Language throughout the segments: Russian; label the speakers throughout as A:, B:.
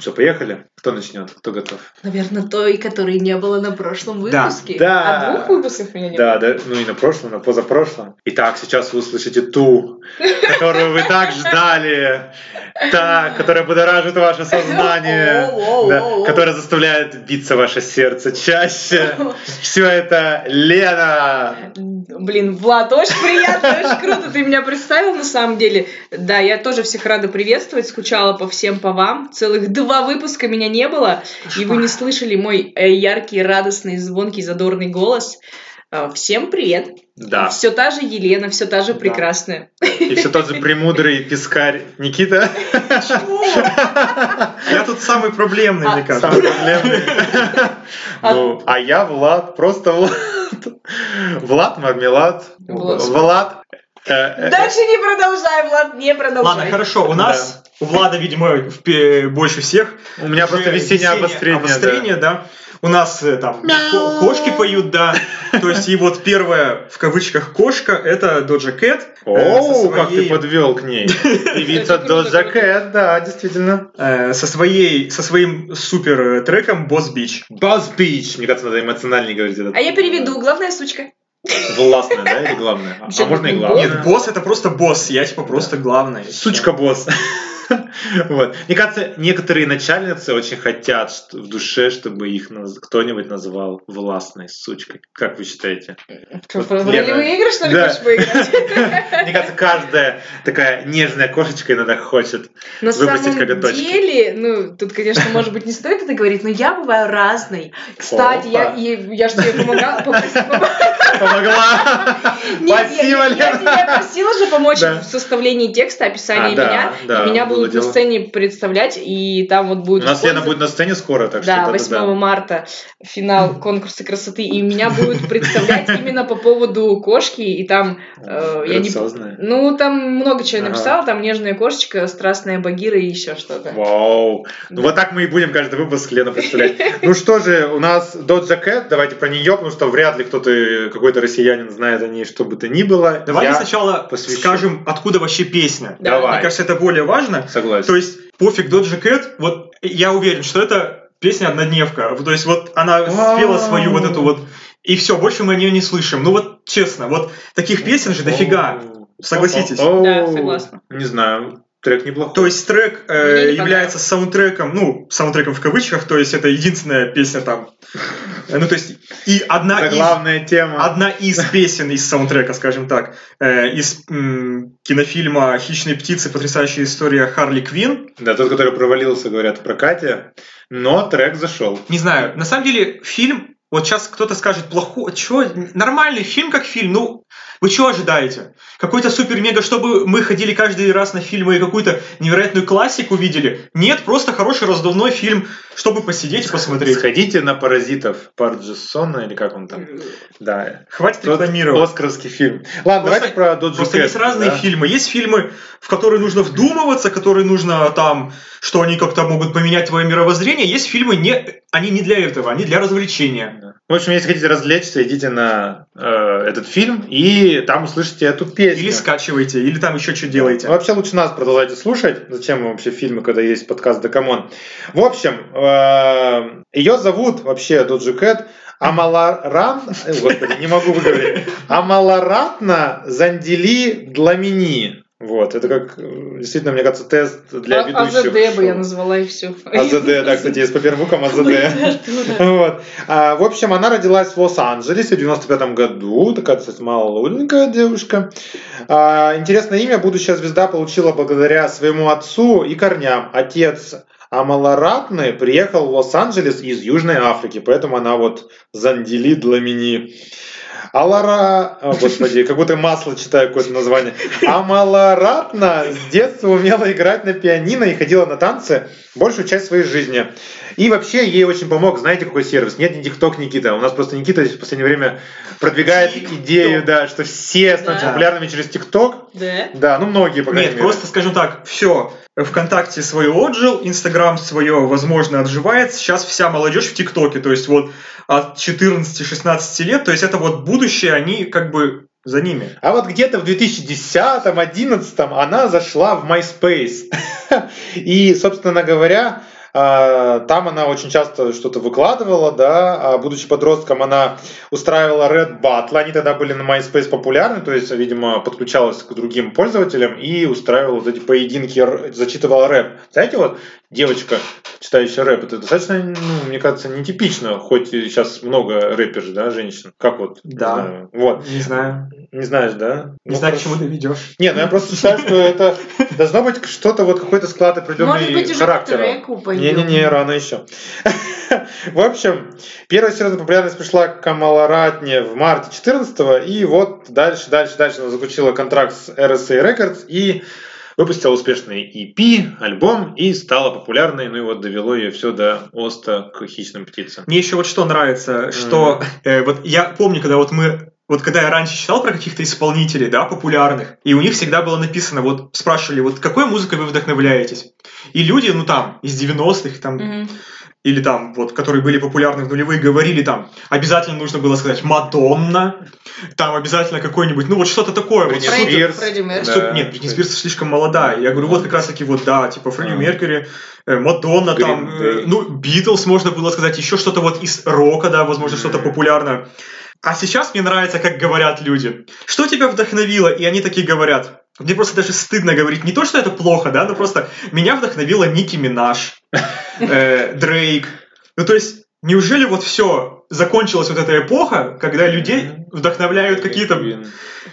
A: что, Ну поехали? Кто начнет? Кто готов?
B: Наверное, той, которой не было на прошлом
A: Да,
B: выпуске.
A: да.
C: А двух выпусков меня не
A: Да, да, ну и на прошлом, на позапрошлом. Итак, сейчас вы услышите ту, которую вы так ждали, та, которая будоражит ваше сознание,
B: Оу, оу,
A: да,
B: оу.
A: которая заставляет биться ваше сердце чаще. Все это Лена.
C: Блин, Влад, очень приятно, очень круто ты меня представил на самом деле. Да, я тоже всех рада приветствовать, скучала по всем, по вам. Целых два выпуска меня не было, и вы не слышали мой э, яркий, радостный, звонкий, задорный голос. Э, Всем привет!
A: Да,
C: Все та же Елена, все та же
A: А. Да.
C: прекрасная.
A: и все тот же премудрый пискарь Никита.
D: Я тут самый проблемный,
C: А,
D: мне кажется.
A: Самый проблемный. Ну, а я Влад, просто Влад. Влад Мармелад.
C: Влад.
A: Влад. э, э,
C: Дальше не продолжай, Влад, не продолжай.
D: Ладно, хорошо, у
A: Да.
D: нас, у Влада, видимо, в пе- больше всех.
A: У меня просто
D: уже
A: весеннее обострение. да.
D: обострение, да. У нас э, там ко- кошки поют, да. То есть, и вот первая, в кавычках, кошка, это Доджа Кэт. э, со
A: О, как ты
D: своей-
A: подвел к ней. Певица
C: Кстати, круто,
A: Доджа
C: круто.
A: Кэт, да, действительно.
D: э, со, своей, со своим супер э, треком «Босс Бич».
A: Баз Бич. Мне кажется, надо эмоциональнее говорить. этот.
C: А я переведу, главная сучка.
A: Властная, да, или главная? А,
C: Вообще,
A: А можно и
C: ну,
A: главная?
D: Нет, босс это просто босс, я типа просто главный.
A: Сучка босс. Вот. Мне кажется, некоторые начальницы очень хотят что- в душе, чтобы их наз- кто-нибудь назвал властной сучкой. Как вы считаете?
C: Что,
A: Вот
C: в ролевые
A: Лена.
C: игры, что ли,
A: Да.
C: хочешь поиграть?
A: Мне кажется, каждая такая нежная кошечка иногда хочет.
C: На
A: Выпустить
C: самом
A: коготочки.
C: деле, ну, тут, конечно, может быть, не стоит это говорить, но я бываю разной. Кстати, я,
A: Опа.
C: и- я же тебе помогала. попроси- пом-
A: Помогла.
C: Нет,
A: Спасибо,
C: я- Я
A: Лена.
C: тебя просила же помочь
A: Да.
C: в составлении текста, описании
A: А, да,
C: меня.
A: да,
C: И меня
A: было
C: будут
A: дело.
C: на сцене представлять, и там вот
A: У
C: будет...
A: нас Лена будет на сцене скоро, так что...
C: Да,
A: да-да-да.
C: 8 марта финал конкурса красоты, и меня будут представлять именно по поводу кошки, и там, э, я не
A: Грациозная.
C: ну, там много чего я
A: Ага.
C: написала, там нежная кошечка, страстная багира и еще что-то.
A: Вау. Ну вот так мы и будем каждый выпуск Лена представлять. Ну что же, у нас Доджа Кэт, давайте про нее, потому что вряд ли кто-то, какой-то россиянин знает о ней, что бы то ни было.
D: Давайте
A: Я
D: сначала
A: посвящу.
D: скажем, откуда вообще песня.
C: Да.
A: Давай.
D: Мне кажется, это более важно. То
A: Согласен.
D: есть, пофиг, Доджи Кэт, вот я уверен, что это песня однодневка. То есть, вот она
A: Вау.
D: спела свою вот эту вот, и все, больше мы о ней не слышим. Ну вот, честно, вот таких песен же дофига.
A: О.
D: Согласитесь.
A: О, о,
C: Да, согласна.
A: Не знаю, трек неплохой.
D: То есть трек э,
C: Мне не
D: является саундтреком, ну, саундтреком в кавычках, то есть это единственная песня там. Э, Ну, то есть, и одна
A: это
D: из...
A: главная тема.
D: Одна из песен из саундтрека, скажем так, э, из м, кинофильма «Хищные птицы. Потрясающая история Харли Квинн».
A: Да, тот, который провалился, говорят, в прокате, но трек зашел.
D: Не знаю, на самом деле фильм, вот сейчас кто-то скажет, плохой, чё, нормальный фильм как фильм, ну, вы чего ожидаете? Какой-то супер-мега, чтобы мы ходили каждый раз на фильмы и какую-то невероятную классику видели? Нет, просто хороший раздувной фильм, чтобы посидеть и посмотреть.
A: Сходите на «Паразитов» Парджессона, или как он там? Да,
D: Хватит
A: Тот
D: рекламировать.
A: Оскаровский фильм. Ладно,
D: Просто-
A: давайте про Доджи
D: Просто
A: Кэт,
D: есть разные
A: да?
D: фильмы. Есть фильмы, в которые нужно вдумываться, которые нужно там, что они как-то могут поменять твое мировоззрение. Есть фильмы, не, они не для этого, они для развлечения.
A: Да. В общем, если хотите развлечься, идите на э, этот фильм и там услышите эту песню.
D: Или скачивайте, или там еще что
A: Ну,
D: делаете.
A: Вообще лучше нас продолжайте слушать. Зачем вам вообще фильмы, когда есть подкаст Дакамон? В общем, э, ее зовут вообще Доджи Кэт Амаларан... э, Господи, не могу выговорить. Амаларатна Зандели Дламини. Вот, это как, э, действительно, мне кажется, тест для
C: А-
A: ведущих.
C: АЗД бы я назвала и Ну, все.
A: АЗД, да, кстати, есть по первым буквам а АЗД. Вот. А, в общем, она родилась в Лос-Анджелесе в 95 году, такая кстати, малолуденькая девушка. А, интересное имя будущая звезда получила благодаря своему отцу и корням. Отец Амаларатны приехал в Лос-Анджелес из Южной Африки, поэтому она вот Зандели Дламини. Алара... О, господи, как будто масло читаю какое-то название. Амаларатна с детства умела играть на пианино и ходила на танцы большую часть своей жизни. И вообще ей очень помог, знаете, какой сервис? Нет, не ТикТок, Никита. У нас просто Никита здесь в последнее время продвигает
D: TikTok.
A: идею, да, что все становятся
C: Да.
A: популярными через ТикТок.
C: Да.
A: Да, ну многие, по крайней
D: Нет,
A: мере.
D: просто скажем так, все, ВКонтакте свое отжил, Инстаграм свое, возможно, отживает, сейчас вся молодежь в ТикТоке, то есть вот от 14-16 лет, то есть это вот будущее, они как бы за ними.
A: А вот где-то в 2010-2011 она зашла в MySpace. И, собственно говоря, А, Там она очень часто что-то выкладывала, да, а будучи подростком, она устраивала Red Battle, они тогда были на MySpace популярны, то есть, видимо, подключалась к другим пользователям и устраивала вот эти поединки, р- зачитывала рэп. Знаете, вот девочка, читающая рэп, это достаточно, ну, мне кажется, нетипично, хоть и сейчас много рэперов, да, женщин. Как вот? не
D: Да.
A: знаю. Вот.
D: Не знаю.
A: Не знаешь, да?
D: Не
A: Ну,
D: знаю, к
A: хорошо.
D: чему ты ведешь.
A: Не, ну я просто считаю, что это должно быть что-то, вот какой-то склад
B: Может быть,
A: определенный
B: уже к
A: характера.
B: треку пойдем.
A: Не-не-не, рано еще. В общем, первая серьезная популярность пришла к Камала Радне в марте 14 и вот дальше, дальше, дальше она заключила контракт с RSA Records и выпустила успешный EP, альбом, и стала популярной, ну и вот довело ее все до Оста к хищным птицам.
D: Мне еще вот что нравится, что э, вот я помню, когда вот мы вот когда я раньше читал про каких-то исполнителей, да, популярных, и у них всегда было написано, вот спрашивали, вот какой музыкой вы вдохновляетесь? И люди, ну там, из 90-х, там,
C: Мгм.
D: или там, вот, которые были популярны в нулевые, говорили там, обязательно нужно было сказать «Мадонна», там обязательно какой-нибудь, ну вот что-то такое. Вот,
A: Бритни
D: что-то-
B: Фредди,
A: Спирс.
B: Фредди Меркьюри.
D: что-
A: Да.
D: Нет, Бритни Спирс слишком молодая. Я говорю, вот как раз таки вот, да, типа Фредди
A: А.
D: Меркьюри, э, Мадонна,
A: Green
D: там, э,
A: Day.
D: ну, Битлз, можно было сказать, еще что-то вот из рока, да, возможно, что-то
A: Мгм.
D: популярное. А сейчас мне нравится, как говорят люди. Что тебя вдохновило? И они такие говорят. Мне просто даже стыдно говорить. Не то, что это плохо, да, но просто меня вдохновила Ники Минаж, э, Дрейк. Ну, то есть, неужели вот все закончилась вот эта эпоха, когда людей вдохновляют какие-то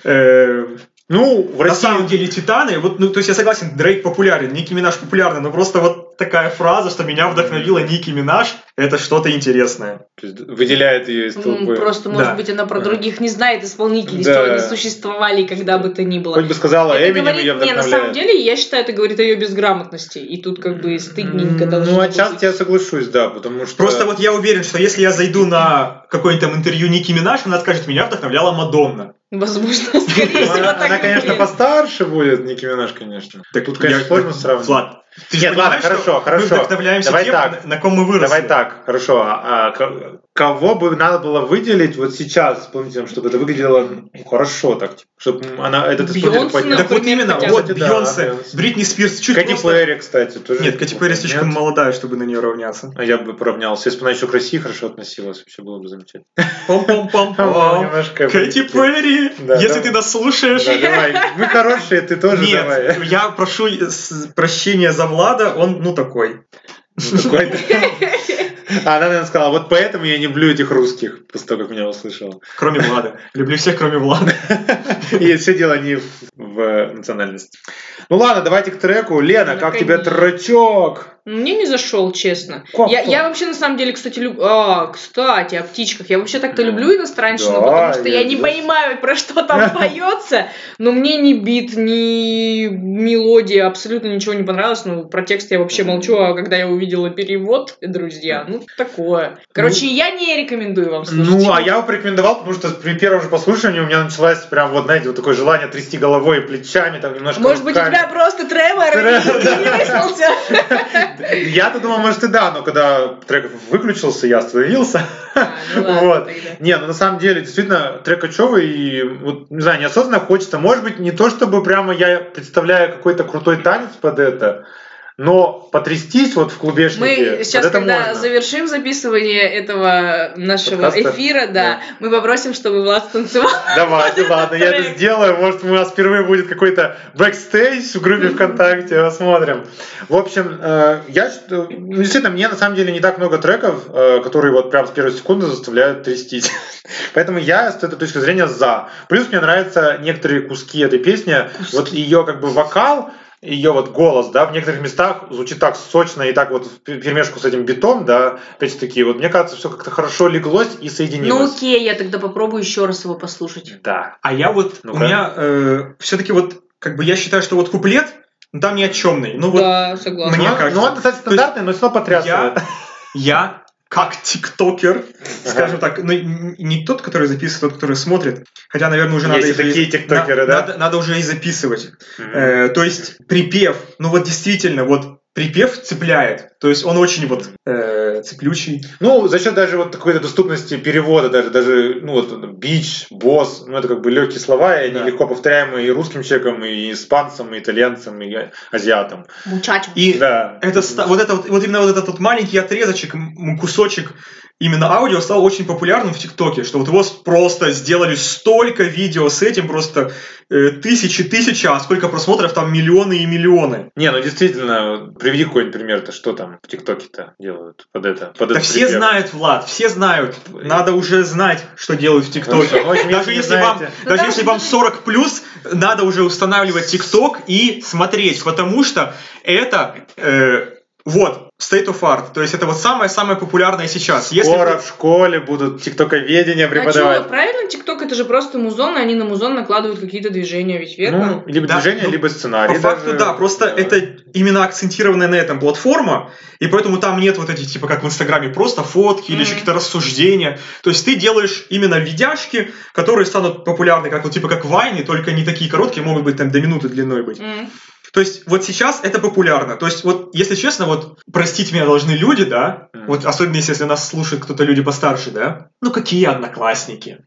D: э,
A: Ну, в
D: на
A: России...
D: самом деле титаны, вот, ну, то есть я согласен, Дрейк популярен, Ники Минаж популярна, но просто вот такая фраза, что меня вдохновила Ники Минаж, это что-то интересное.
A: То есть выделяет ее из
B: М,
A: толпы.
B: Просто,
D: Да.
B: может быть, она про
A: Да.
B: других не знает исполнителей,
A: Да.
B: что они существовали, когда бы то ни было.
A: Хоть бы сказала,
C: Это
A: Эминем
C: говорит-
A: ее
C: не, на
A: вдохновляет.
C: самом деле, я считаю, это говорит о ее безграмотности. И тут как бы стыдненько должно
A: Ну,
C: быть.
A: отчасти я соглашусь, да, потому что...
D: Просто вот я уверен, что если я зайду на какое-нибудь там интервью Ники Минаж, она скажет, меня вдохновляла Мадонна.
C: Возможно, скорее всего,
A: Она,
C: так
A: она,
C: и
A: конечно,
C: будет.
A: постарше будет, Ники Минаж, конечно.
D: Так
A: Тут, конечно, сложно сравнивать.
D: Влад, ты же
A: Нет, ладно,
D: понимаешь, что
A: хорошо, хорошо.
D: Мы вдохновляемся
A: Давай
D: тем,
A: так.
D: на- на ком мы выросли.
A: Давай так, хорошо. а- а к- кого бы надо было выделить вот сейчас исполнителем, чтобы это выглядело ну, хорошо так, типа, чтобы она этот исполнитель
C: Бейонсе, ну,
A: поднял?
D: Так Ну, вот
C: Например,
D: именно,
C: хотя бы.
D: вот
A: Кстати, да,
D: Бейонсе,
A: Бейонсе.
D: Бритни Спирс, чуть
A: Кэти
D: просто-
A: Перри, кстати, тоже.
D: Нет, Кэти Перри слишком
A: Нет?
D: молодая, чтобы на нее равняться.
A: А я бы поравнялся. Если бы она еще к России хорошо относилась, вообще было бы замечательно.
D: Пом-пом-пом-пом.
A: Немножко
D: Кэти
A: вылетели.
D: Перри,
A: Да,
D: если
A: да.
D: ты нас слушаешь.
A: Да, давай. Мы хорошие, ты тоже
D: Нет,
A: давай.
D: я прошу э, с- прощения за Влада, он ну такой.
A: Ну, какой-то. А она, наверное, сказала, вот поэтому я не люблю этих русских, после того, как меня услышала.
D: Кроме Влада. Люблю всех, кроме Влада.
A: И все дело не в, в национальности. Ну ладно, давайте к треку. Лена,
C: Ну,
A: как тебе
C: конечно.
A: тречок?
C: Мне не зашел, честно.
A: Как
C: Я,
A: так?
C: я вообще на самом деле, кстати, люблю. А, кстати, о птичках. Я вообще так-то
A: Да.
C: люблю иностранщину,
A: Да,
C: потому что я
A: я-
C: не
A: я-
C: понимаю, про что там поется, но мне ни бит, ни мелодия абсолютно ничего не понравилось. Ну, про текст я вообще молчу, а когда я увидела перевод, друзья, ну такое. Короче, я не рекомендую вам слушать.
A: Ну, а я его порекомендовал, потому что при первом же послушании у меня началось прям вот, знаете, вот такое желание трясти головой и плечами, там немножко
C: Может быть, у тебя просто Тревор и
A: Тревор,
C: ты не выспался.
A: Я-то думал, может и да, но когда трек выключился, я остановился.
C: А, ну ладно
A: Вот.
C: тогда.
A: Не, ну на самом деле, действительно, трек кочевый, и вот, не знаю, неосознанно хочется. Может быть, не то чтобы прямо я представляю какой-то крутой танец под это, но потрястись вот в клубешнике,
C: Мы сейчас,
A: под это
C: когда
A: можно.
C: завершим записывание этого нашего
A: Подкаста?
C: эфира, да,
A: Да.
C: мы попросим, чтобы Влад танцевал.
A: Давайте, ладно, я это
C: трек.
A: сделаю. Может, у нас впервые будет какой-то бэкстейдж в группе ВКонтакте, посмотрим. В общем, э, я считаю- ну, действительно, мне на самом деле не так много треков, э, которые вот прям с первой секунды заставляют трястись. Поэтому я с этой точки зрения за. Плюс мне нравятся некоторые куски этой песни. Вот ее как бы вокал, ее вот голос, да, в некоторых местах звучит так сочно и так вот в перемешку с этим битом, да, опять же таки, вот мне кажется, все как-то хорошо леглось и
B: Ну
A: соединилось.
B: окей, я тогда попробую еще раз его послушать.
A: да.
D: А я вот, у
A: Ну-ка.
D: меня все-таки вот, как бы я считаю, что вот куплет, ну там ни о чемный. Ну вот
C: Да, согласна.
D: Мне
A: ну,
D: кажется.
A: ну, он достаточно стандартный, но все равно потрясает.
D: я, я как тиктокер, скажем так, ну, н- не тот, который записывает, а тот, который смотрит, хотя, наверное, уже
A: Есть и
D: надо... их и-
A: такие тиктокеры,
D: на-
A: да?
D: Надо, надо уже и записывать.
A: Мгм.
D: Э, то есть припев, ну вот действительно, вот припев цепляет. То есть он очень вот э, цеплючий.
A: Ну, за счет даже вот какой-то доступности перевода, даже, даже ну, вот, бич, босс, ну, это как бы легкие слова, и они
D: Да.
A: легко повторяемы и русским человеком, и испанцем, и итальянцем, и азиатом.
B: Мучачу.
D: И
A: Да.
D: это ста- вот это вот, вот именно вот этот вот маленький отрезочек, м, м, кусочек именно аудио стал очень популярным в ТикТоке, что вот его с- просто сделали столько видео с этим, просто э, тысячи, тысячи, а сколько просмотров там миллионы и миллионы.
A: Не, ну действительно, приведи какой-нибудь пример-то, что там в ТикТоке-то делают под это. Под
D: Да
A: этот
D: все
A: припев.
D: знают, Влад, все знают. Надо уже знать, что делают в
A: Ну, всё,
D: ТикТоке.
A: ну, если
D: Даже
A: не
D: если вам,
A: знаете.
D: даже
B: да,
D: если
B: да,
D: вам
B: да.
D: 40 плюс, надо уже устанавливать ТикТок и смотреть, потому что это э, вот state of art, то есть это вот самое самое популярное сейчас. Если
A: Скоро
D: вы-
A: в школе будут тиктоковедение
C: А чё,
A: преподавать.
C: правильно, ТикТок это же просто музон, и они на музон накладывают какие-то движения, ведь
A: Ну,
C: верно?
A: либо
D: Да,
A: движение,
D: ну,
A: либо сценарий.
D: по факту,
A: даже.
D: да, просто это именно акцентированная на этом платформа, и поэтому там нет вот этих, типа, как в Инстаграме, просто фотки или еще
C: Мгм.
D: какие-то рассуждения. То есть ты делаешь именно видяшки, которые станут популярны, как, ну, типа, как вайны, только не такие короткие, могут быть там до минуты длиной
A: Ну.
D: быть.
C: М.
D: То есть вот сейчас это популярно. То есть вот, если честно, вот простить меня должны люди, да,
A: Мгм.
D: вот особенно если нас слушает кто-то люди постарше, да, ну какие одноклассники.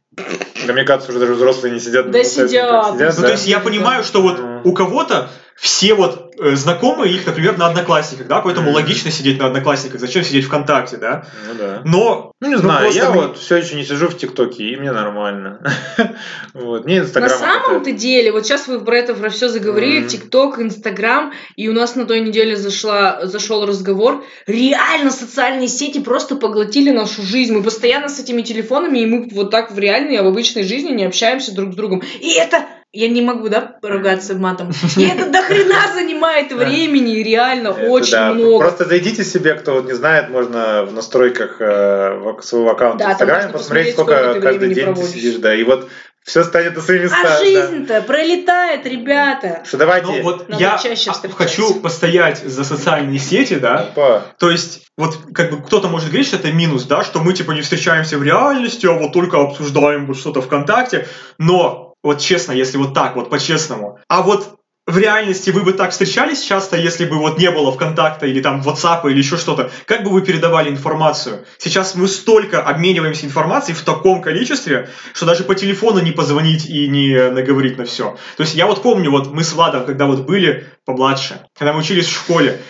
A: Да, мне кажется, уже даже взрослые не сидят. на
C: Да
A: ноутбуках,
C: сидят.
A: сидят
D: Ну,
A: да.
D: то есть я понимаю, что вот
A: Ну.
D: у кого-то все вот э, знакомые их, например, на Одноклассниках, да, поэтому
A: Мгм.
D: логично сидеть на Одноклассниках, зачем сидеть ВКонтакте, да?
A: Ну, да.
D: Но
A: Ну, не
D: Ну,
A: знаю,
D: просто
A: я
D: мы-
A: вот все еще не сижу в ТикТоке, и мне нормально. Вот, мне
C: На
A: Инстаграм.
C: самом-то деле, вот сейчас вы про это про все заговорили,
A: Мгм.
C: ТикТок, Инстаграм, и у нас на той неделе зашла, зашел разговор, реально социальные сети просто поглотили нашу жизнь, мы постоянно с этими телефонами, и мы вот так в реальной, а в обычной жизни не общаемся друг с другом, и это... Я не могу, да, ругаться матом. И это до хрена занимает времени, и реально
A: Это
C: очень
A: да.
C: много.
A: Просто зайдите себе, кто вот не знает, можно в настройках э, в- своего аккаунта
C: Да,
A: в
C: там
A: Инстаграме
C: можно
A: посмотреть,
C: посмотреть,
A: сколько
C: сколько ты
A: каждый
C: времени
A: день
C: проводишь.
A: ты сидишь, да. И вот все станет на свои места.
C: А
A: да.
C: жизнь-то пролетает, ребята.
A: Что давайте.
D: ну, вот
C: Надо
D: я
C: чаще
D: а,
C: встречаться.
D: хочу постоять за социальные сети, да,
A: Опа.
D: то есть вот как бы кто-то может говорить, что это минус, да, что мы типа не встречаемся в реальности, а вот только обсуждаем вот что-то ВКонтакте, но вот честно, если вот так вот по-честному, а вот в реальности вы бы так встречались часто, если бы вот не было ВКонтакта или там WhatsApp или еще что-то? Как бы вы передавали информацию? Сейчас мы столько обмениваемся информацией в таком количестве, что даже по телефону не позвонить и не наговорить на все. То есть я вот помню, вот мы с Владом, когда вот были помладше, когда мы учились в школе,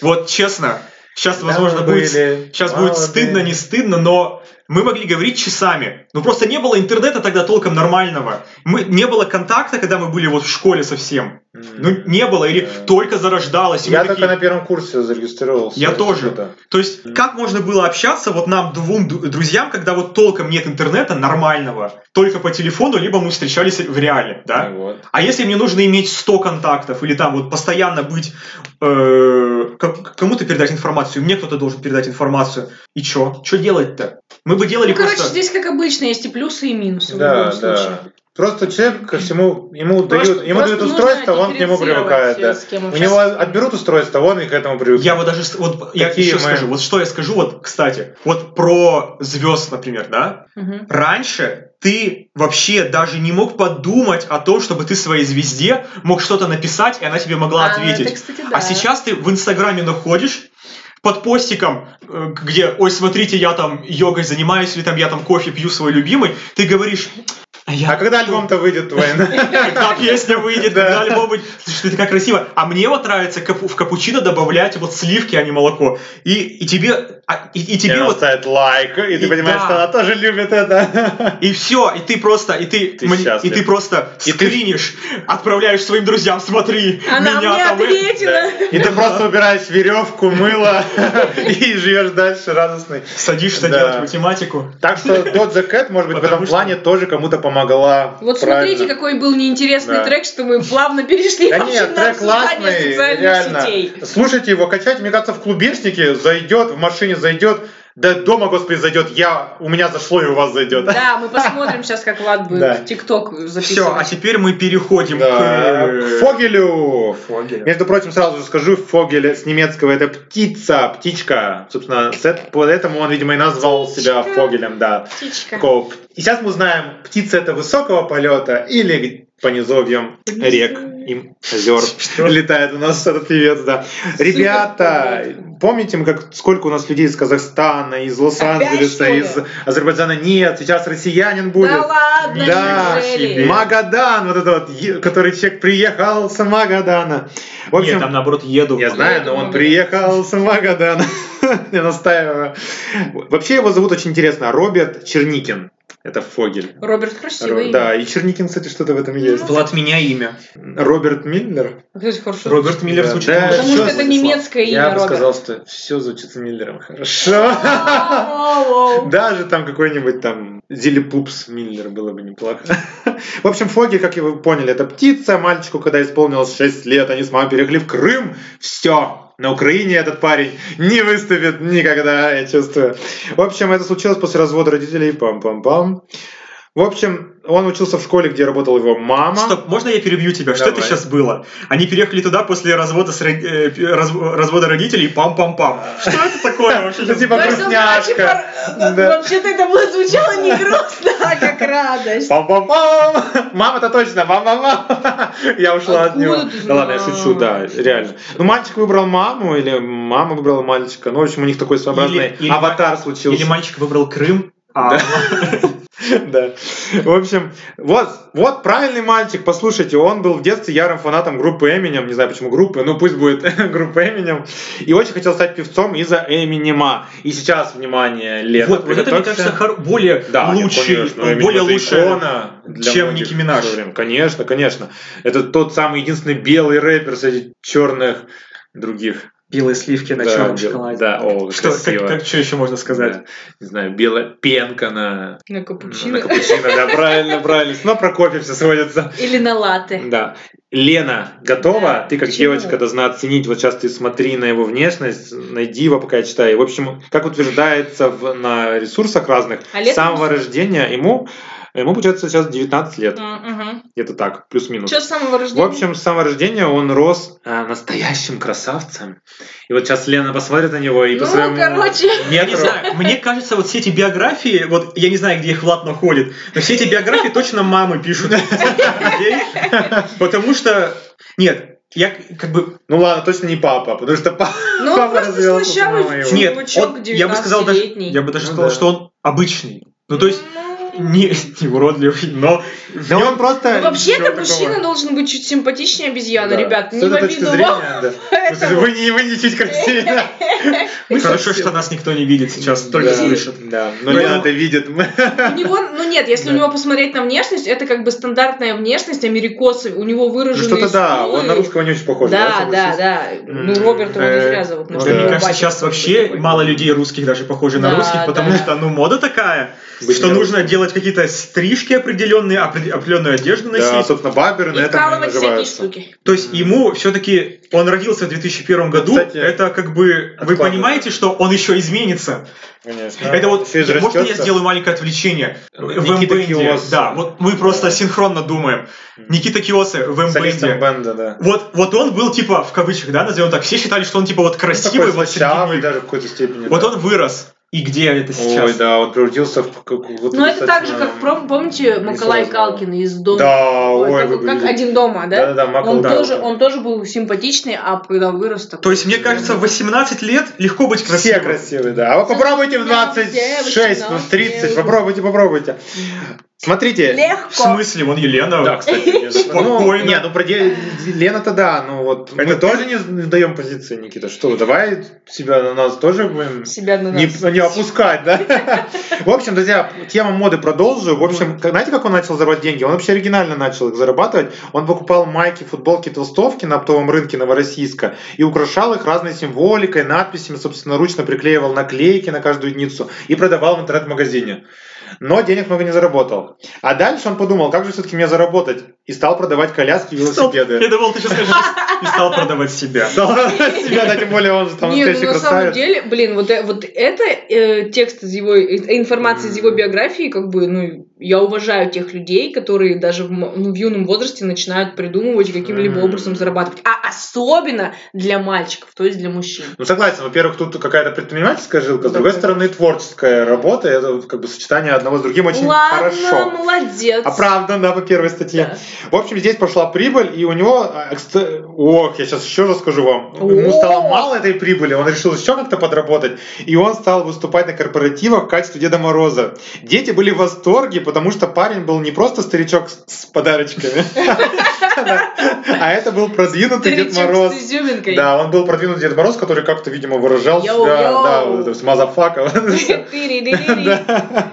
D: вот честно, сейчас, возможно,
A: Там
D: будет
A: были
D: Сейчас
A: молодые.
D: будет стыдно, не стыдно, но мы могли говорить часами. Ну просто не было интернета тогда толком нормального. Мы, не было контакта, когда мы были вот в школе совсем.
A: М.
D: Ну не было, или
A: Да.
D: только зарождалось. и мы
A: Я
D: такие-
A: только на первом курсе зарегистрировался.
D: Я тоже.
A: Да.
D: То есть как можно было общаться вот нам двум ду- друзьям, когда вот толком нет интернета нормального, только по телефону, либо мы встречались в реале, да?
A: Ну вот.
D: А если мне нужно иметь 100 контактов или там вот постоянно быть, э, как- кому-то передать информацию, мне кто-то должен передать информацию. И чё? Чё делать-то? Мы бы делали
C: Ну, короче,
D: просто...
C: здесь как обычно, есть и плюсы, и минусы в
A: Да,
C: любом случае.
A: да. Просто человек ко всему, ему
C: Просто-
A: дают, ему
C: Ну, просто
A: дают
C: нужно
A: устройство, он к нему
C: дифференцировать,
A: привыкает, да.
C: э, с кем
A: У
C: общаться.
A: него отберут устройство, он и к этому привыкает.
D: Я вот даже, с- вот я
A: Какие
D: еще
A: мы-
D: скажу, вот что я скажу, вот, кстати, вот про звезд, например, да?
C: Мгм.
D: Раньше ты вообще даже не мог подумать о том, чтобы ты своей звезде мог что-то написать, и она тебе могла ответить.
C: это, кстати, да.
D: А сейчас ты в Инстаграме находишь под постиком, э, где, ой, смотрите, я там йогой занимаюсь, или там я там кофе пью свой любимый, ты говоришь, а я...
A: А когда альбом-то выйдет твой?
D: Когда песня выйдет,
A: Да.
D: когда альбом выйдет, слушай, ты такая красиво. А мне вот нравится капу- в капучино добавлять вот сливки, а не молоко. И, и тебе, а, и, и тебе
A: Тебе
D: вот,
A: ставит лайк, и ты
D: И
A: понимаешь,
D: да.
A: что она тоже любит это.
D: и все, и ты просто, и ты,
A: Ты
D: мне- и
A: счастлив.
D: ты просто
A: И ты-
D: скринишь, отправляешь своим друзьям, смотри,
C: Она
D: меня
C: мне
D: там... и-
C: ответила.
A: И ты просто убираешь веревку, мыло и живешь дальше радостный.
D: Садишься
A: Да.
D: делать математику.
A: Так что Доджа Кэт, может быть, в
D: Потому
A: этом
D: что-
A: плане тоже кому-то помогла.
C: Вот
A: Правильно.
C: смотрите, какой был неинтересный
A: Да.
C: трек, что мы плавно перешли
A: Да
C: вообще
A: нет,
C: на
A: трек
C: обсуждение
A: классный,
C: социальных
A: реально.
C: сетей.
A: Слушайте его, качайте, мне кажется, в клубешнике зайдет, в машине зайдет, до дома, господи, зайдет. Я, у меня зашло и у вас зайдет.
C: Да, мы посмотрим сейчас, как Влад
A: Да.
C: будет ТикТок
D: Все, а
C: записывать.
D: теперь мы переходим
A: Да, к
D: к...
A: Фогелю.
D: Фогелю.
A: Между прочим, сразу же скажу, Фогель с немецкого это птица, птичка. Собственно, с эт- поэтому он, видимо, и назвал себя Фогелем, да.
C: Птичка.
A: Такого п- И сейчас мы узнаем, птица это высокого полета или по низовьям рек и озер летает у нас этот певец, да. Ребята, помните, мы как сколько у нас людей из Казахстана, из Лос-Анджелеса,
C: что ли?
A: из Азербайджана? Нет, сейчас россиянин будет.
C: Да ладно,
A: Да,
C: неужели?
D: себе.
A: Магадан, вот этот вот, е- который человек приехал с Магадана. В общем,
D: Нет, там наоборот еду.
A: я знаю, но он приехал с Магадана. Я настаиваю. Вообще его зовут очень интересно. Роберт Черникин. Это Фогель.
C: Роберт
A: Ро-
C: красивый.
A: Да, и Черникин, кстати, что-то в этом есть.
D: Было от меня имя.
C: Ну.
A: Роберт Миллер.
C: Кстати, хорошо.
D: Роберт Миллер
A: Да,
D: звучит.
A: да,
D: лучше.
C: Потому
A: Чё,
C: что это
A: Владислав?
C: немецкое
A: Я
C: имя,
A: бы
C: Роберт.
A: сказал, что все звучит с Миллером. Хорошо.
C: Ау-ау-ау.
A: Даже там какой-нибудь там Зилипупс Миллер было бы неплохо. В общем, Фогель, как и вы поняли, это птица. Мальчику, когда исполнилось 6 лет, они с мамой переехали в Крым. Все. На Украине этот парень не выступит никогда, я чувствую. В общем, это случилось после развода родителей. Пам-пам-пам. В общем, он учился в школе, где работала его мама.
D: Стоп, можно я перебью тебя? Что это
A: Давай.
D: сейчас было? Они переехали туда после развода, с, ро- э, п- разв- развода родителей, и пам-пам-пам. Что это такое вообще?
A: Ну, типа
C: Вообще,
A: грустняшка.
C: вообще,
A: Да.
C: а типа, э, Вообще-то это было звучало не грустно, а как радость.
A: Пам-пам-пам! Мама-то точно, мама-мама! Я ушла от
C: Откуда
A: него.
C: ты
A: Да ладно, я
C: знаешь?
A: шучу, да, реально. Ну, мальчик выбрал маму, или мама выбрала мальчика. Ну, в общем, у них такой своеобразный
D: Или- или
A: аватар
D: Или
A: случился.
D: мальчик выбрал Крым, а
A: Да. Да. В общем, вот, вот правильный мальчик, послушайте, он был в детстве ярым фанатом группы Эминем, не знаю почему группы, но пусть будет группа Эминем, и очень хотел стать певцом из-за Эминема. И сейчас, внимание, лето.
D: вот, вот это, мне кажется,
A: приготовься.
D: хор- более
A: Да,
D: лучший,
A: конечно,
D: э,
A: Эминем
D: более
A: это
D: лучшая
A: икона для
D: чем
A: многих
D: Ники Минаж.
A: в своё время. Конечно, конечно. Это тот самый единственный белый рэпер среди черных других.
D: белые сливки на
A: Да,
D: черном
A: бел-
D: шоколаде.
A: Да, о,
D: Что, как,
A: красиво.
D: как- что еще можно сказать?
A: Да. Не знаю, белая пенка на,
C: На
A: на
C: капучино.
A: капучино. Да, правильно, правильно. Но про кофе все сводится.
B: Или на латы.
A: Да. Лена, готова?
C: Да,
A: ты как
C: почему?
A: девочка должна оценить, вот сейчас ты смотри на его внешность, найди его, пока я читаю. В общем, как утверждается в- на ресурсах разных,
C: А
A: с
C: лет
A: самого рождения ему, ему получается сейчас 19 лет.
C: Что
A: Это так, плюс-минус.
C: с самого
A: Ну, В
C: рождения?
A: общем, с самого рождения он рос э, настоящим красавцем. И вот сейчас Лена посмотрит на него и
C: ну,
A: по своему
C: короче,
D: Я не
A: метру-
D: знаю, мне кажется, вот все эти биографии, вот я не знаю, где их Влад находит, но все эти биографии точно мамы пишут. Людей. Потому что, нет, я как бы
A: Ну ладно, точно не папа, потому что па-
C: ну он
A: папа
C: просто типа,
A: развелся с
C: слащавый
A: мамой его.
D: Нет,
C: чувачок
D: он- я бы сказал даже,
C: 19-летний.
D: я бы даже
A: Ну
D: сказал,
A: да.
D: что он обычный. Ну то есть
C: Ну,
D: не, не уродливый, но
A: Да он просто...
C: ну, вообще-то
A: ничего
C: мужчина
A: такого.
C: должен быть чуть симпатичнее обезьяны,
A: Да.
C: ребят.
A: С
C: Не в
A: этой точки
C: обиду вам.
A: зрения, да. Слушай, Вы не, вы не чуть красивее. Мы
D: хорошо,
A: совсем-
D: что нас никто не видит сейчас,
A: Да,
D: только слышит.
A: Да, но
D: Ну,
A: Лена
D: ну.
A: это видит.
C: У него, ну нет, если
A: Да.
C: у него посмотреть на внешность, это как бы стандартная внешность америкосы. У него
A: Ну,
C: выраженные
A: Что-то да,
C: скулы.
A: он на русского не очень похож.
C: Да, да,
A: согласись?
C: да. Ну,
A: М,
C: Роберт его не
A: э,
C: зря зовут.
A: ну да.
C: потому что
D: Мне
C: его
D: кажется,
C: батя
D: сейчас
C: такой
D: вообще
C: такой.
D: мало людей русских даже похожи на
C: Да,
D: русских, потому
C: да.
D: что, ну, мода такая,
A: Быть
D: что
A: не
D: нужно делать какие-то стрижки определенные, опре- определенную одежду носить.
A: Да, собственно, баберы на
C: И
A: этом и
C: вкалывать всякие
A: наживаются.
C: штуки.
D: То есть
A: Мгм.
D: ему все-таки он родился в 2001 году.
A: Кстати,
D: это как бы вы
A: откладываю.
D: понимаете, что он еще изменится.
A: Конечно.
D: это вот
A: Физь
D: можно я
A: растётся.
D: сделаю маленькое отвлечение в
A: Никита
D: М-бенде,
A: Киос.
D: Да, вот мы просто синхронно думаем. Никита Киосы в
A: Солистом
D: М-бенде.
A: бенда, да.
D: Вот, вот он был типа в кавычках, да, назовем так. Все считали, что он типа вот красивый,
A: Такой
D: вот, среди
A: слащавый
D: них.
A: даже в какой-то степени.
D: Вот
A: да.
D: он вырос. И где это сейчас?
A: Ой, да, он превратился в какую-то...
B: Ну, это так же, как, пром- помните, Макалай Калкин из дома.
A: Да,
B: Ой,
A: ой,
B: как-
A: вы
B: как
A: были-
B: один дома, да?
A: Да-да-да, Макал
B: Он
A: Калкин.
B: тоже, он тоже был симпатичный, а когда вырос такой.
D: То есть, мне кажется, в 18 лет легко быть
A: Все
D: красивым.
A: красивые, да. А вы попробуйте в 26, ну, в 30, попробуйте, попробуйте. Смотрите.
C: Легко.
D: В смысле, он Елена.
A: Да, кстати, не знаю. ну,
D: Спокойно.
A: не, ну про Де- Лена-то да, ну вот мы
D: Это-
A: тоже не даем позиции, Никита. Что, давай себя на нас тоже будем
C: Себя на
A: не,
C: нас.
A: не опускать, да? В общем, друзья, тему моды продолжу. В общем, как- знаете, как он начал зарабатывать деньги? Он вообще оригинально начал их зарабатывать. Он покупал майки, футболки, толстовки на оптовом рынке Новороссийска и украшал их разной символикой, надписями, собственноручно приклеивал наклейки на каждую единицу и продавал в интернет-магазине. Но денег много не заработал. А дальше он подумал, как же все-таки мне заработать? И стал продавать коляски и
D: Стоп, я
A: велосипеды.
D: думал, ты сейчас скажешь, и стал продавать себя.
A: Стал продавать себя, да, тем более он же там
C: Не,
A: настоящий
C: ну на самом
A: красавец.
C: деле, блин, вот, э- вот это э, текст из его, э, информация из его
A: М.
C: биографии, как бы, ну, я уважаю тех людей, которые даже в, м- ну, в юном возрасте начинают придумывать и каким-либо
A: М.
C: образом зарабатывать. А особенно для мальчиков, то есть для мужчин.
A: Ну, согласен. Во-первых, тут какая-то предпринимательская жилка, с
C: Да,
A: другой
C: да.
A: стороны, творческая работа. Это вот как бы сочетание одного с другим очень
C: Ладно,
A: хорошо. А
C: молодец.
A: Оправданно по первой статье.
C: Да.
A: В общем, здесь пошла прибыль, и у него... э, экст- Ох, я сейчас еще расскажу вам. Ему
C: О!
A: стало мало этой прибыли, он решил еще как-то подработать, и он стал выступать на корпоративах в качестве Деда Мороза. Дети были в восторге, потому что парень был не просто старичок с- с подарочками, а это был продвинутый Дед
C: Старичок
A: Мороз.
C: с изюминкой.
A: Да, он был продвинутый Дед Мороз, который как-то, видимо, выражал
C: Йоу,
A: себя,
C: йоу.
A: да, вот это с мазафака.
C: Тыри-ри-ри-ри.
A: Да.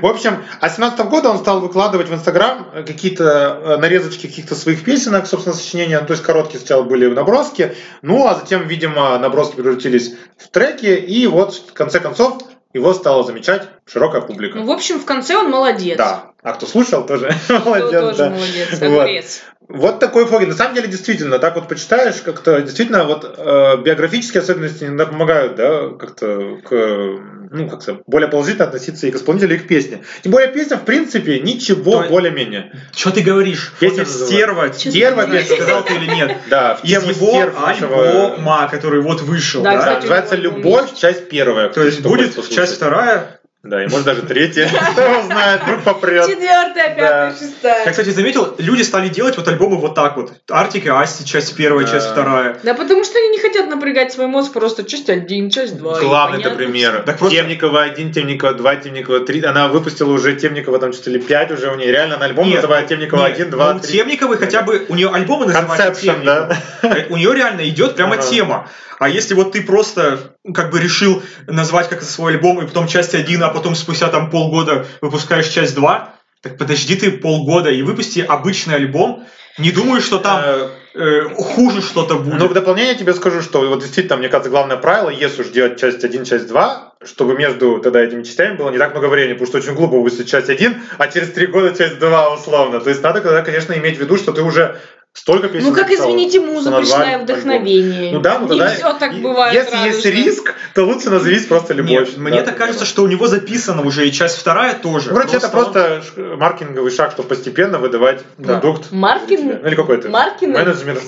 A: В общем, а с 17 года он стал выкладывать в Инстаграм э, какие-то э, нарезочки каких-то своих песенок, собственно, сочинения. Ну, то есть короткие сначала были наброски, ну, а затем, видимо, наброски превратились в треки, и вот, в конце концов, его стала замечать широкая публика.
C: Ну, в общем, в конце он молодец.
A: да. А кто слушал, тоже
C: Кто
A: молодец.
C: тоже
A: да.
C: молодец,
A: Вот.
C: огурец.
A: Вот такой фоги. На самом деле, действительно, так вот почитаешь, как-то действительно вот э, биографические особенности иногда помогают, да, как-то к, э, ну, как-то более положительно относиться и к исполнителю, и к песне. Тем более песня, в принципе, ничего
D: То-
A: более-менее.
D: Что ты говоришь?
A: Песня
D: Фото
A: «Стерва».
D: называется.
B: Чё
A: «Стерва»
B: ты говоришь?
A: песня.
D: Сказал ты или нет?
A: Да, в
D: Его
A: песне «Стерв» нашего-
D: альбома, который вот вышел,
C: Да,
D: да?
A: Да,
C: кстати,
A: называется
C: у него
A: «Любовь», часть первая.
D: То есть
A: Кто
D: будет
A: хочет послушать.
D: часть вторая.
A: Да, и может даже третья. Кто его знает, вдруг попрет.
C: Четвертая, пятая,
A: Да.
D: Я,
C: шестая.
D: кстати, заметил, люди стали делать вот альбомы вот так вот. Артик и Асти, часть первая,
A: Да.
D: часть вторая.
C: Да потому что они не хотят напрягать свой мозг просто часть один, часть два. Ну, и
A: Главный это
C: понятно.
A: пример.
D: Так просто-
A: Темникова 1, Темникова 2, Темникова 3. Она выпустила уже Темникова там что-то ли 5 уже у нее. Реально на альбом
D: Нет,
A: называют Темникова
D: Нет,
A: 1, 2,
D: ну,
A: 3.
D: Темниковой хотя бы, у нее альбомы называются
A: Концепшн,
D: Темникова.
A: да?
D: Э, У нее реально идет прямо
A: Ага.
D: тема. А если вот ты просто ну, как бы решил назвать как свой альбом, и потом часть 1, а потом спустя там полгода выпускаешь часть 2, так подожди ты полгода и выпусти обычный альбом. Не думаю, что там
A: Э,
D: э, хуже что-то
A: Ну, в
D: будет.
A: дополнение тебе скажу, что вот действительно, мне кажется, главное правило, если уж делать часть 1, часть 2, чтобы между тогда этими частями было не так много времени, потому что очень глупо выпустить часть 1, а через 3 года часть 2 условно. То есть надо, когда, конечно, иметь в виду, что ты уже столько песен
C: Ну как,
A: написал,
C: извините, муза
A: что назвал
C: пришла
A: альбом.
C: вдохновение.
A: Ну да, ну тогда...
C: И все так
A: и-
C: бывает
A: Если есть
C: радужно.
A: риск, то лучше назовись просто любовь.
D: Нет, мне
A: Да,
D: так
A: примерно.
D: кажется, что у него записано уже и часть вторая тоже.
A: Короче, это
D: он-
A: просто ш- маркетинговый шаг, чтобы постепенно выдавать
D: Да.
A: продукт.
C: Маркетинг?
A: зрителям. Ну, Или какой-то.
C: Маркетинг?
A: Менеджмент.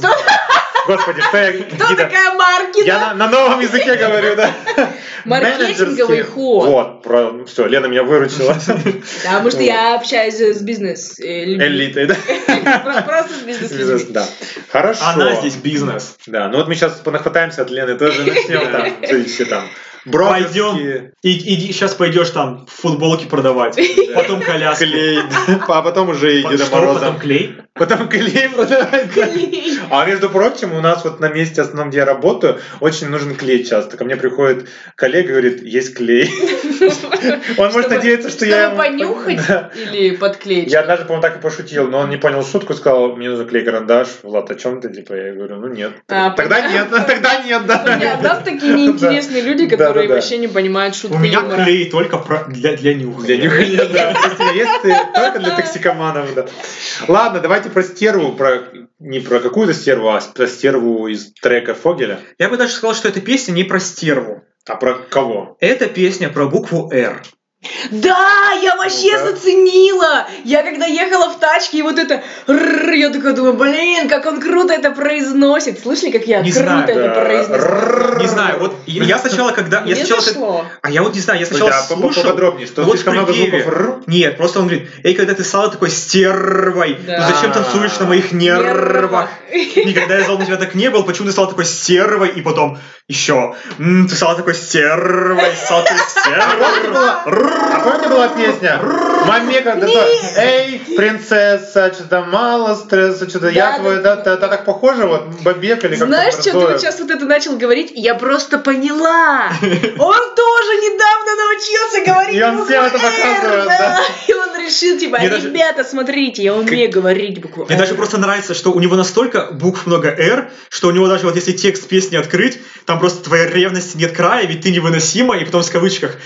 A: Господи, что я...
C: Кто
A: какие-то-
C: такая Маркина?
A: Я на, на новом языке говорю, да.
C: Маркетинговый
A: Менеджерский.
C: ход.
A: Вот, про... все, Лена меня выручила.
C: Потому что я общаюсь э, с бизнес э, людьми.
A: Элитой, да?
C: Про- Просто с бизнес людьми.
A: Да. Хорошо.
D: Она здесь бизнес.
A: Да, ну вот мы сейчас понахватаемся от Лены, тоже начнем там, зависит там.
D: Пойдем. И, сейчас пойдешь там футболки продавать, потом коляски.
A: Клей, а потом уже и
D: По-
A: Деда
D: что
A: Мороза.
D: потом клей.
A: Потом клей продавать. да.
C: Клей.
A: А между прочим, у нас вот на месте основном, где я работаю, очень нужен клей часто. Ко мне приходит коллега и говорит, есть клей. Он может
C: Чтобы-
A: надеяться, что
C: чтобы
A: я... ему-
C: понюхать?
A: Да.
C: Или подклеить.
A: Я однажды, по-моему, так и пошутил, но он не понял шутку, сказал, мне нужен клей-карандаш. Влад, о чем ты? Типа, я говорю, ну нет.
C: А,
A: Тогда
C: понятно.
A: нет, тогда нет,
C: У
A: да.
C: нас такие неинтересные люди, которые
A: Да-да-да.
C: вообще не понимают шутки
D: У меня
C: юмора.
D: клей только про- для, для нюха.
A: Для них нет, да. То есть Есть ты только для токсикоманов, да. Ладно, давайте про стерву, про не про какую-то стерву, а про стерву из трека Фогеля.
D: Я бы даже сказал, что эта песня не про стерву.
A: А про кого?
D: Это песня про букву «Р».
C: Да, я вообще
A: Ну да.
C: заценила! Я когда ехала в тачке, и вот это «рррр», я такая думаю, блин, как он круто это произносит. Слышали, как я
D: Не
C: круто
D: знаю,
C: это
A: да.
C: произнесла?
A: Рррр.
D: Не знаю, вот я я сначала, когда... Я
C: Мне
D: сначала...
C: зашло.
D: А я вот не знаю, я
A: Слушай,
D: сначала
A: а по- по-
D: слушал...
A: поподробнее, что
D: Вот
A: слишком
D: в
A: много
D: припеве.
A: звуков «рррр».
D: Нет, просто он говорит, эй, когда ты стала такой стервой,
C: Да.
D: ну зачем танцуешь на моих нервах?
C: Нервах.
D: Никогда я зал на тебя так не был, почему ты стала такой стервой? И потом еще, «М, ты стала такой стервой, стала такой стервой.
A: А помните была песня? Мамека, да, да. эй, принцесса, что-то мало стресса, что-то я
C: Да,
A: твой, да,
C: да.
A: да, да, так похоже, вот, бабек или как-то.
C: Знаешь, что ты
A: борзое.
C: вот сейчас вот это начал говорить? и Я просто поняла. Он тоже недавно научился говорить.
A: И он
C: букву
A: всем это
C: «Р»,
A: показывает, да.
C: И он решил, типа,
D: Мне даже-
C: ребята, смотрите, я умею говорить букву
D: Мне
C: «Р».
D: даже просто нравится, что у него настолько букв много «Р», что у него даже вот если текст песни открыть, там просто твоей ревности нет края, ведь ты невыносима, и потом в скобочках,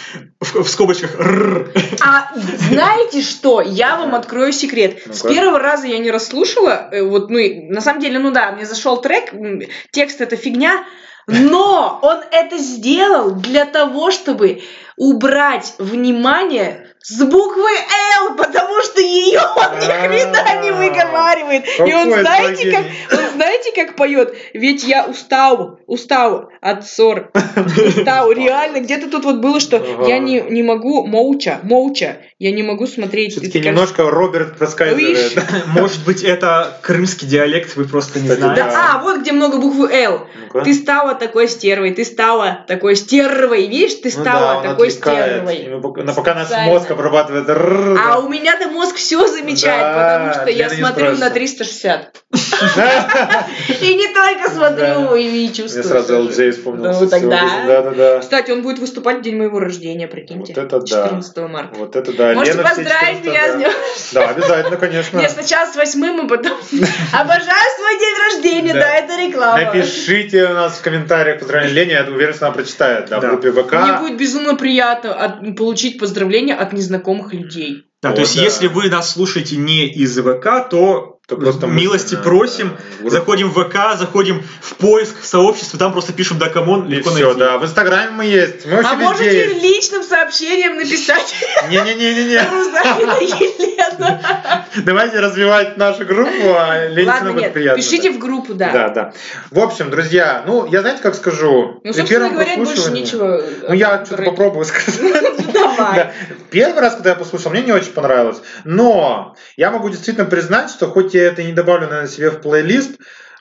D: в, в скобочках «Р».
C: А знаете что? Я вам открою секрет. С
A: Ну-ка.
C: первого раза я не расслушала. э, Вот, ну, и на самом деле, ну да, мне зашел трек, м, текст это фигня, но он это сделал для того, чтобы убрать внимание с буквы Л, потому что ее он ни хрена не выговаривает. И он
A: Какой
C: знаете, как,
A: трагедия.
C: он знаете, как поет? Ведь я устал, устал от ссор. Устал, реально. Где-то тут вот было, что
A: Ага.
C: я не, не могу молча, молча, я не могу смотреть.
A: Все-таки
C: И ты кажется,
A: немножко Роберт
C: Уиш.
A: проскальзывает.
D: Может быть, это крымский диалект, вы просто не
A: Кстати,
D: знаете.
C: Да, а, вот где много буквы Л.
A: Ну-ка.
C: Ты стала такой стервой, ты стала такой стервой, видишь, ты
A: Ну да,
C: стала
A: он отвлекает.
C: такой
A: И
C: стервой.
A: мы пока- но пока наш
C: Специально.
A: мозг обрабатывает.
C: А у меня-то мозг все замечает,
A: Да,
C: потому что я
A: Лена не
C: смотрю
A: спросит.
C: на 360. И не только смотрю,
A: Да.
C: и и
A: Я сразу
C: чувствую.
A: LJ вспомнил.
C: Ну,
A: Всё,
C: тогда.
A: Да, да, да.
C: Кстати, он будет выступать в день моего рождения, прикиньте.
A: Вот это да.
C: 14 марта.
A: Вот это да.
C: Можете
A: Лена все
C: поздравить
A: 14,
C: меня с
A: да.
C: днем.
A: Да, обязательно, конечно.
C: Я сначала с восьмым, а потом... Обожаю свой день рождения,
A: Да.
C: да, это реклама.
A: Напишите у нас в комментариях поздравления Лене, я уверен, что она прочитает. Да, в
D: Да.
A: группе
C: Мне
A: ВК.
C: будет безумно приятно от- получить поздравления от незнакомых людей.
D: Да,
A: О,
D: то есть,
A: да.
D: если вы нас слушаете не из ВК, то,
A: То просто
D: милости
A: мысленно,
D: просим.
A: да,
D: Заходим в ВК, заходим в поиск сообщества, там просто пишем да камон,
A: И
D: легко
A: все,
D: найти.
A: да. В Инстаграме мы есть. Мы
C: А
A: вообще везде
C: можете
A: есть.
C: личным сообщением написать
A: Не-не-не-не-не.
C: Рузафина Елена?
A: Давайте развивать нашу группу, а Лене
C: Ладно,
A: всегда будет
C: нет,
A: приятно.
C: пишите в группу,
A: да.
C: да.
A: Да, да. В общем, друзья, ну, я знаете, как скажу?
C: Ну,
A: При
C: собственно
A: первом
C: говоря, больше
A: прослушивании-
C: ничего.
A: Ну, я что-то попробую сказать.
C: Ну, Давай.
A: Да. Первый раз, когда я послушал, мне не очень понравилось. Но я могу действительно признать, что хоть я это и не добавлю, наверное, себе в плейлист,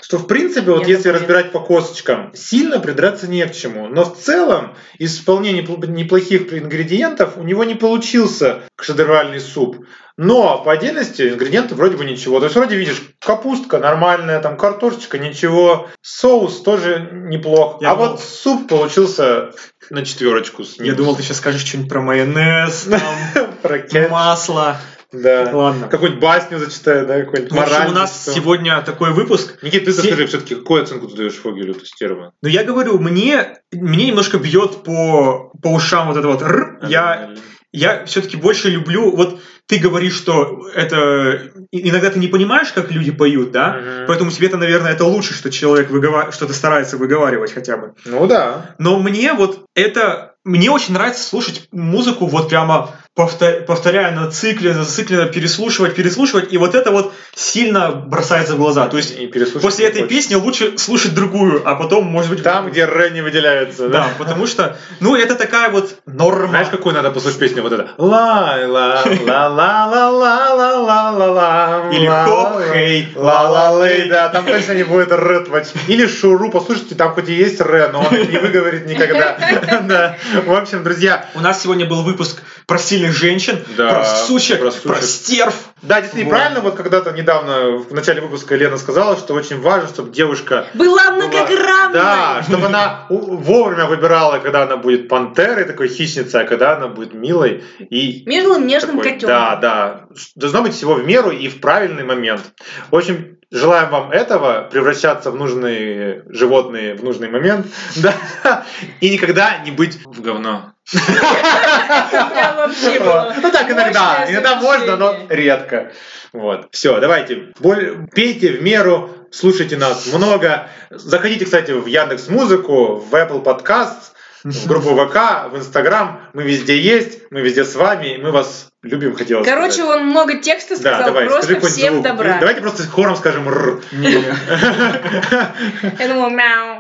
A: что, в принципе, вот
C: Я
A: если
C: например.
A: разбирать по косточкам, сильно придраться не к чему. Но в целом, из вполне непл- неплохих ингредиентов, у него не получился шедевральный суп. Но по отдельности ингредиенты вроде бы ничего. То есть вроде видишь, капустка нормальная, там картошечка ничего, соус тоже неплох.
D: Я
A: а
D: думал-
A: вот суп получился на четверочку. с
D: Я
A: минусом.
D: думал, ты сейчас скажешь что-нибудь про майонез, там,
A: Про кетчуп.
D: масло.
A: Да.
D: Ладно.
A: Какую-нибудь басню зачитаю, да, какую-нибудь
D: В общем,
A: мораль.
D: у нас
A: зачитаю.
D: сегодня такой выпуск.
A: Никит, ты
D: се-
A: скажи все-таки, какую оценку ты даешь Фогелю, ты стерва?
D: Но я говорю, мне, мне немножко бьет по, по ушам вот это вот «р». Я, Я все-таки больше люблю, вот ты говоришь, что это и- иногда ты не понимаешь, как люди поют, да?
A: Мгм.
D: Поэтому тебе это, наверное, это лучше, что человек выгова- что-то старается выговаривать хотя бы.
A: Ну да.
D: Но мне вот это, мне очень нравится слушать музыку вот прямо повтор- повторяя на цикле, зацикленно переслушивать, переслушивать, и вот это вот сильно бросается в глаза. То есть
A: И переслушать
D: после
A: не
D: этой
A: хочется.
D: песни лучше слушать другую, а потом, может быть,
A: ну Там, где Р не выделяется, да?
D: да, потому что, ну, это такая вот норма.
A: Знаешь, какую надо послушать песню? Вот это. ла ла ла ла ла ла ла ла ла ла
D: Или
A: ла-
D: хоп,
A: ла-
D: хей,
A: Ла-ла-лей, да, там точно не будет Р творить. Или Шуру, послушайте, там хоть и есть Р, но он их не выговорит никогда. Да. В общем, друзья,
D: У нас сегодня был выпуск про сильных женщин,
A: Да,
D: про сучек,
A: про
D: про,
A: сучек.
D: стерв.
A: Да, действительно,
D: Вот.
A: правильно, вот когда-то недавно в начале выпуска Лена сказала, что очень важно, чтобы девушка
C: Была
A: была- Да,
C: многогранной.
A: чтобы она у- вовремя выбирала, когда она будет пантерой, такой хищницей, а когда она будет милой и
C: Милым нежным
A: такой-
C: котенком.
A: Да, да. Должно быть всего в меру и в правильный момент. В общем, желаем вам этого, превращаться в нужные животные в нужный момент, да, и никогда не быть в говно.
C: Это прям вообще было.
A: Ну так иногда.
C: мощное
A: Иногда можно, но
C: заключение.
A: редко. Вот. Все, давайте. Боль- Пейте в меру, слушайте нас много. Заходите, кстати, в Яндекс Музыку, в Apple Podcast, в группу ВК, в Инстаграм. Мы везде есть, мы везде с вами, и мы вас любим, хотелось
C: Короче,
A: сказать.
C: он много текста
A: да,
C: сказал,
A: давай, скажи
C: просто
A: какой-нибудь
C: всем
A: звук.
C: добра.
A: Давайте просто хором скажем «р».
D: Не.
C: Я думала, мяу.